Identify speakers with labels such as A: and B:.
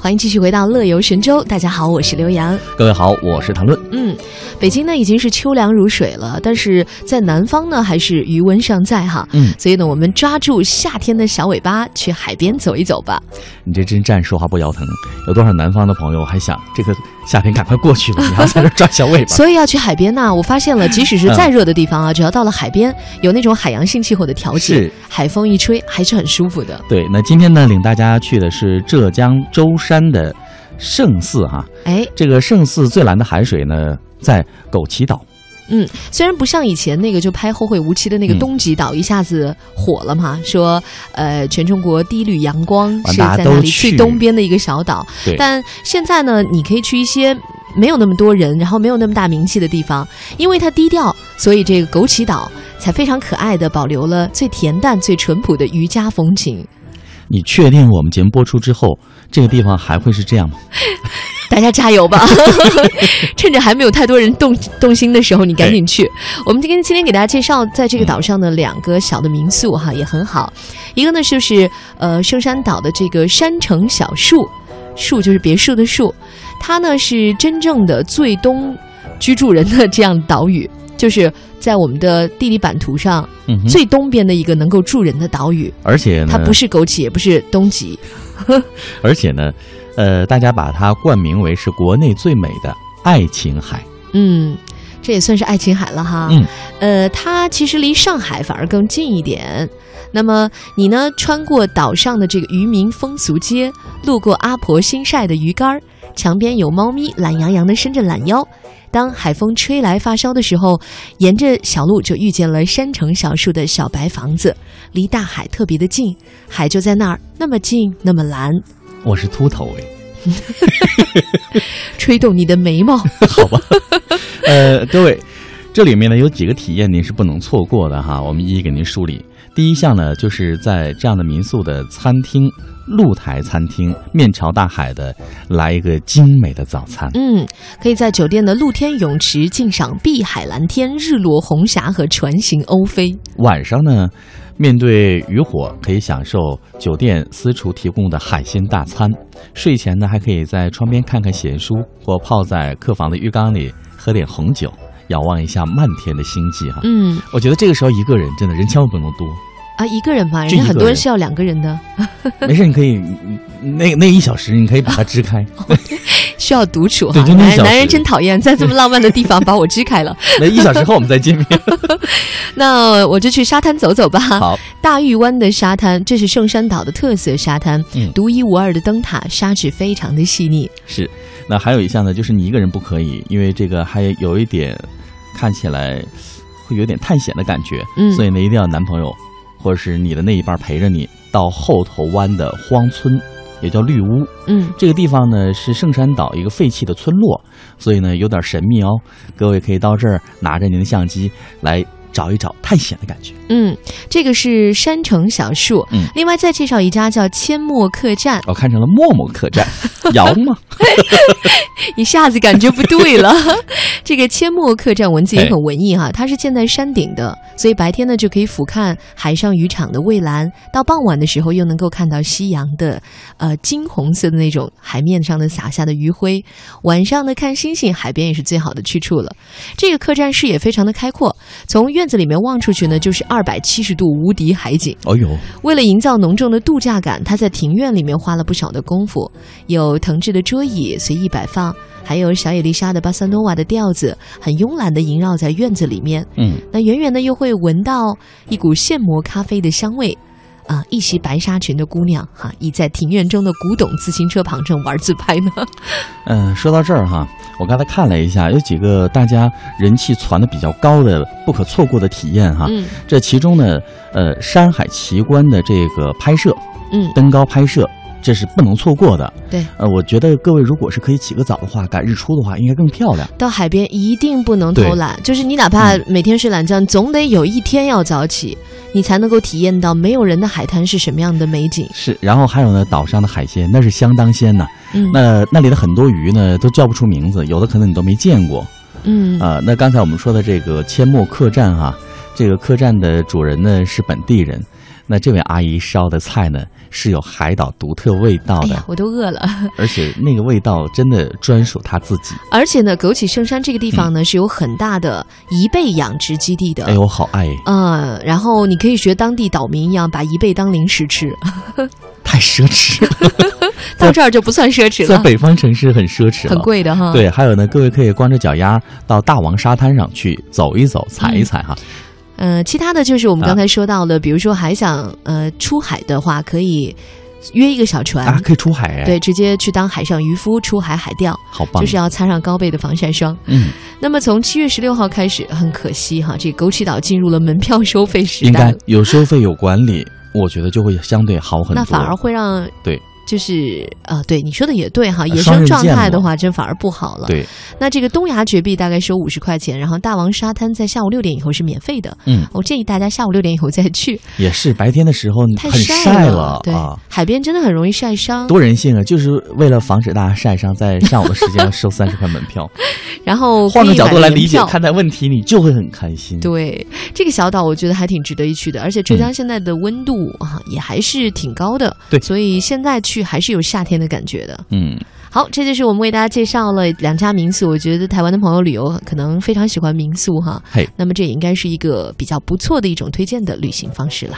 A: 欢迎继续回到乐游神州，大家好，我是刘洋。
B: 各位好，我是唐论。
A: 嗯，北京呢已经是秋凉如水了，但是在南方呢还是余温尚在哈。
B: 嗯
A: 所以呢，我们抓住夏天的小尾巴，去海边走一走吧。
B: 你这真站着说话不腰疼，有多少南方的朋友还想这个夏天赶快过去了， 你还在这转小尾巴？
A: 所以要去海边呢，我发现了，即使 是再热的地方啊，只要到了海边，有那种海洋性气候的调节
B: 是，
A: 海风一吹还是很舒服的。
B: 对，那今天呢，领大家去的是浙江舟山的圣寺哈、
A: 哎，
B: 这个圣寺最蓝的海水呢，在枸杞岛。
A: 嗯，虽然不像以前那个就拍《后会无期》的那个
B: 嗯
A: 东极岛一下子火了嘛，说呃全中国第一缕阳光是
B: 大家
A: 在
B: 都
A: 那里
B: 去
A: 最东边的一个小岛
B: 对，
A: 但现在呢，你可以去一些没有那么多人，然后没有那么大名气的地方，因为它低调，所以这个枸杞岛才非常可爱的保留了最恬淡、最淳朴的渔家风情。
B: 你确定我们节目播出之后，这个地方还会是这样吗？
A: 大家加油吧！趁着还没有太多人动动心的时候，你赶紧去。我们今天今天给大家介绍在这个岛上的两个小的民宿哈，也很好。一个呢就是呃圣山岛的这个山城小树，树就是别墅的树，它呢是真正的最东居住人的这样岛屿，就是在我们的地理版图上
B: 嗯哼，
A: 最东边的一个能够住人的岛屿。
B: 而且呢，
A: 它不是枸杞，也不是东极，
B: 而且呢，呃，大家把它冠名为是国内最美的爱琴海。
A: 嗯，这也算是爱琴海了哈。
B: 嗯，
A: 呃，它其实离上海反而更近一点。那么你呢，穿过岛上的这个渔民风俗街，路过阿婆新晒的鱼竿儿，墙边有猫咪懒洋洋的伸着懒腰。当海风吹来发梢的时候，沿着小路就遇见了山城小树的小白房子，离大海特别的近，海就在那儿，那么近，那么蓝，
B: 我是秃头哎。
A: 吹动你的眉毛。
B: 好吧。 呃，各位，这里面呢有几个体验您是不能错过的哈，我们一一给您梳理。第一项呢，就是在这样的民宿的餐厅露台餐厅，面朝大海的来一个精美的早餐。
A: 嗯，可以在酒店的露天泳池尽赏碧海蓝天、日落红霞和船行欧飞。
B: 晚上呢，面对渔火，可以享受酒店私厨提供的海鲜大餐。睡前呢，还可以在窗边看看闲书，或泡在客房的浴缸里喝点红酒，仰望一下漫天的星际哈。
A: 嗯
B: 我觉得这个时候一个人真的人千万不能多。
A: 啊，一个人吧，
B: 就
A: 人家
B: 一
A: 很
B: 个
A: 多人
B: 人
A: 是要两个人的，
B: 没事，你可以嗯那那一小时，你可以把它支开。
A: 需要独处哈
B: 对。就那
A: 男人
B: 小
A: 男人
B: 时
A: 真讨厌，在这么浪漫的地方把我 支开了。
B: 那一小时后我们再见面。
A: 那我就去沙滩走走吧。
B: 好，
A: 大玉湾的沙滩，这是圣山岛的特色沙滩，
B: 嗯
A: 独一无二的灯塔，沙质非常的细腻。
B: 是。那还有一项呢，就是你一个人不可以，因为这个还有一点看起来会有点探险的感觉，
A: 嗯
B: 所以呢，一定要男朋友或者是你的那一半陪着你到后头湾的荒村。也叫绿屋，
A: 嗯，
B: 这个地方呢是圣山岛一个废弃的村落，所以呢有点神秘哦。各位可以到这儿拿着您的相机来找一找探险的感觉。
A: 嗯，这个是山城小树。
B: 嗯
A: 另外再介绍一家叫阡陌客栈，
B: 我看成了陌陌客栈，摇吗？
A: 一下子感觉不对了。 这个阡陌客栈文字也很文艺哈，它是建在山顶的，所以白天呢就可以俯瞰海上渔场的蔚蓝，到傍晚的时候又能够看到夕阳的呃金红色的那种海面上的洒下的余晖。晚上呢看星星，海边也是最好的去处了。这个客栈视野非常的开阔，从院子里面望出去呢就是二百七十度无敌海景。
B: 哦呦，
A: 为了营造浓重的度假感，他在庭院里面花了不少的功夫，有藤制的桌椅随意摆放，还有小野丽莎的巴塞诺瓦的调子很慵懒地萦绕在院子里面。
B: 嗯，
A: 那远远的又会闻到一股现磨咖啡的香味。啊，一袭白纱裙的姑娘哈，倚在庭院中的古董自行车旁正玩自拍呢。
B: 嗯、说到这儿哈，我刚才看了一下，有几个大家人气传的比较高的、不可错过的体验哈。
A: 嗯
B: 这其中呢，呃，山海奇观的这个拍摄，
A: 嗯，
B: 登高拍摄，这是不能错过的。
A: 对，
B: 呃，我觉得各位如果是可以起个早的话，赶日出的话，应该更漂亮。
A: 到海边一定不能偷懒，就是你哪怕
B: 嗯
A: 每天睡懒觉，你总得有一天要早起，你才能够体验到没有人的海滩是什么样的美景。
B: 是，然后还有呢，岛上的海鲜那是相当鲜呐、
A: 嗯，
B: 那那里的很多鱼呢都叫不出名字，有的可能你都没见过。
A: 嗯
B: 啊，那刚才我们说的这个阡陌客栈啊，这个客栈的主人呢是本地人，那这位阿姨烧的菜呢是有海岛独特味道
A: 哎
B: 的，
A: 呀，我都饿了。
B: 而且那个味道真的专属它自己。
A: 而且呢，枸杞圣山这个地方呢、是有很大的贻贝养殖基地的。
B: 嗯哎呦，我好爱，
A: 嗯，然后你可以学当地岛民一样，把贻贝当零食吃，
B: 太 奢侈了，
A: 到这儿就不算奢侈
B: 在
A: 了，
B: 北方城市很奢侈了，
A: 很贵的哈。，
B: 对，还有呢，各位可以光着脚丫到大王沙滩上去走一走、踩
A: 嗯
B: 一踩哈。
A: 呃，其他的就是我们
B: 啊
A: 刚才说到了，比如说还想呃出海的话，可以约一个小船，
B: 啊，可以出海
A: 嗯
B: 哎，
A: 对，直接去当海上渔夫，出海海钓，
B: 好棒！
A: 就是要擦上高倍的防晒霜。
B: 嗯，
A: 那么从七月十六号开始，很可惜哈，这枸杞岛进入了门票收费时
B: 应
A: 代
B: 该
A: 了，
B: 有收费有管理，我觉得就会相对好很多。
A: 那反而会让
B: 对。呃
A: 就是啊、对你说的也对哈，野
B: 双
A: 生
B: 刃
A: 状
B: 剑
A: 态的
B: 嘛
A: 话，真反而不好了。
B: 对，
A: 那这个东崖绝壁大概收五十块钱，然后大王沙滩在下午六点以后是免费的。
B: 嗯，
A: 我建议大家下午六点以后再去，
B: 也是白天的时候
A: 太
B: 嗯很晒
A: 了，对，嗯
B: 啊，
A: 海边真的很容易晒伤。
B: 多人性啊！就是为了防止大家晒伤，在上午的时间收三十块门票。
A: 然后
B: 换个角度
A: 可
B: 来
A: 以买
B: 理解
A: 门票
B: 看待问题，你就会很开心。
A: 对这个小岛，我觉得还挺值得一去的，而且浙江现在的温度啊、也还是挺高的，
B: 对
A: 所以现在去还是有夏天的感觉的。
B: 嗯，
A: 好，这就是我们为大家介绍了两家民宿。我觉得台湾的朋友旅游可能非常喜欢民宿哈
B: 嘿，
A: 那么这也应该是一个比较不错的一种推荐的旅行方式了。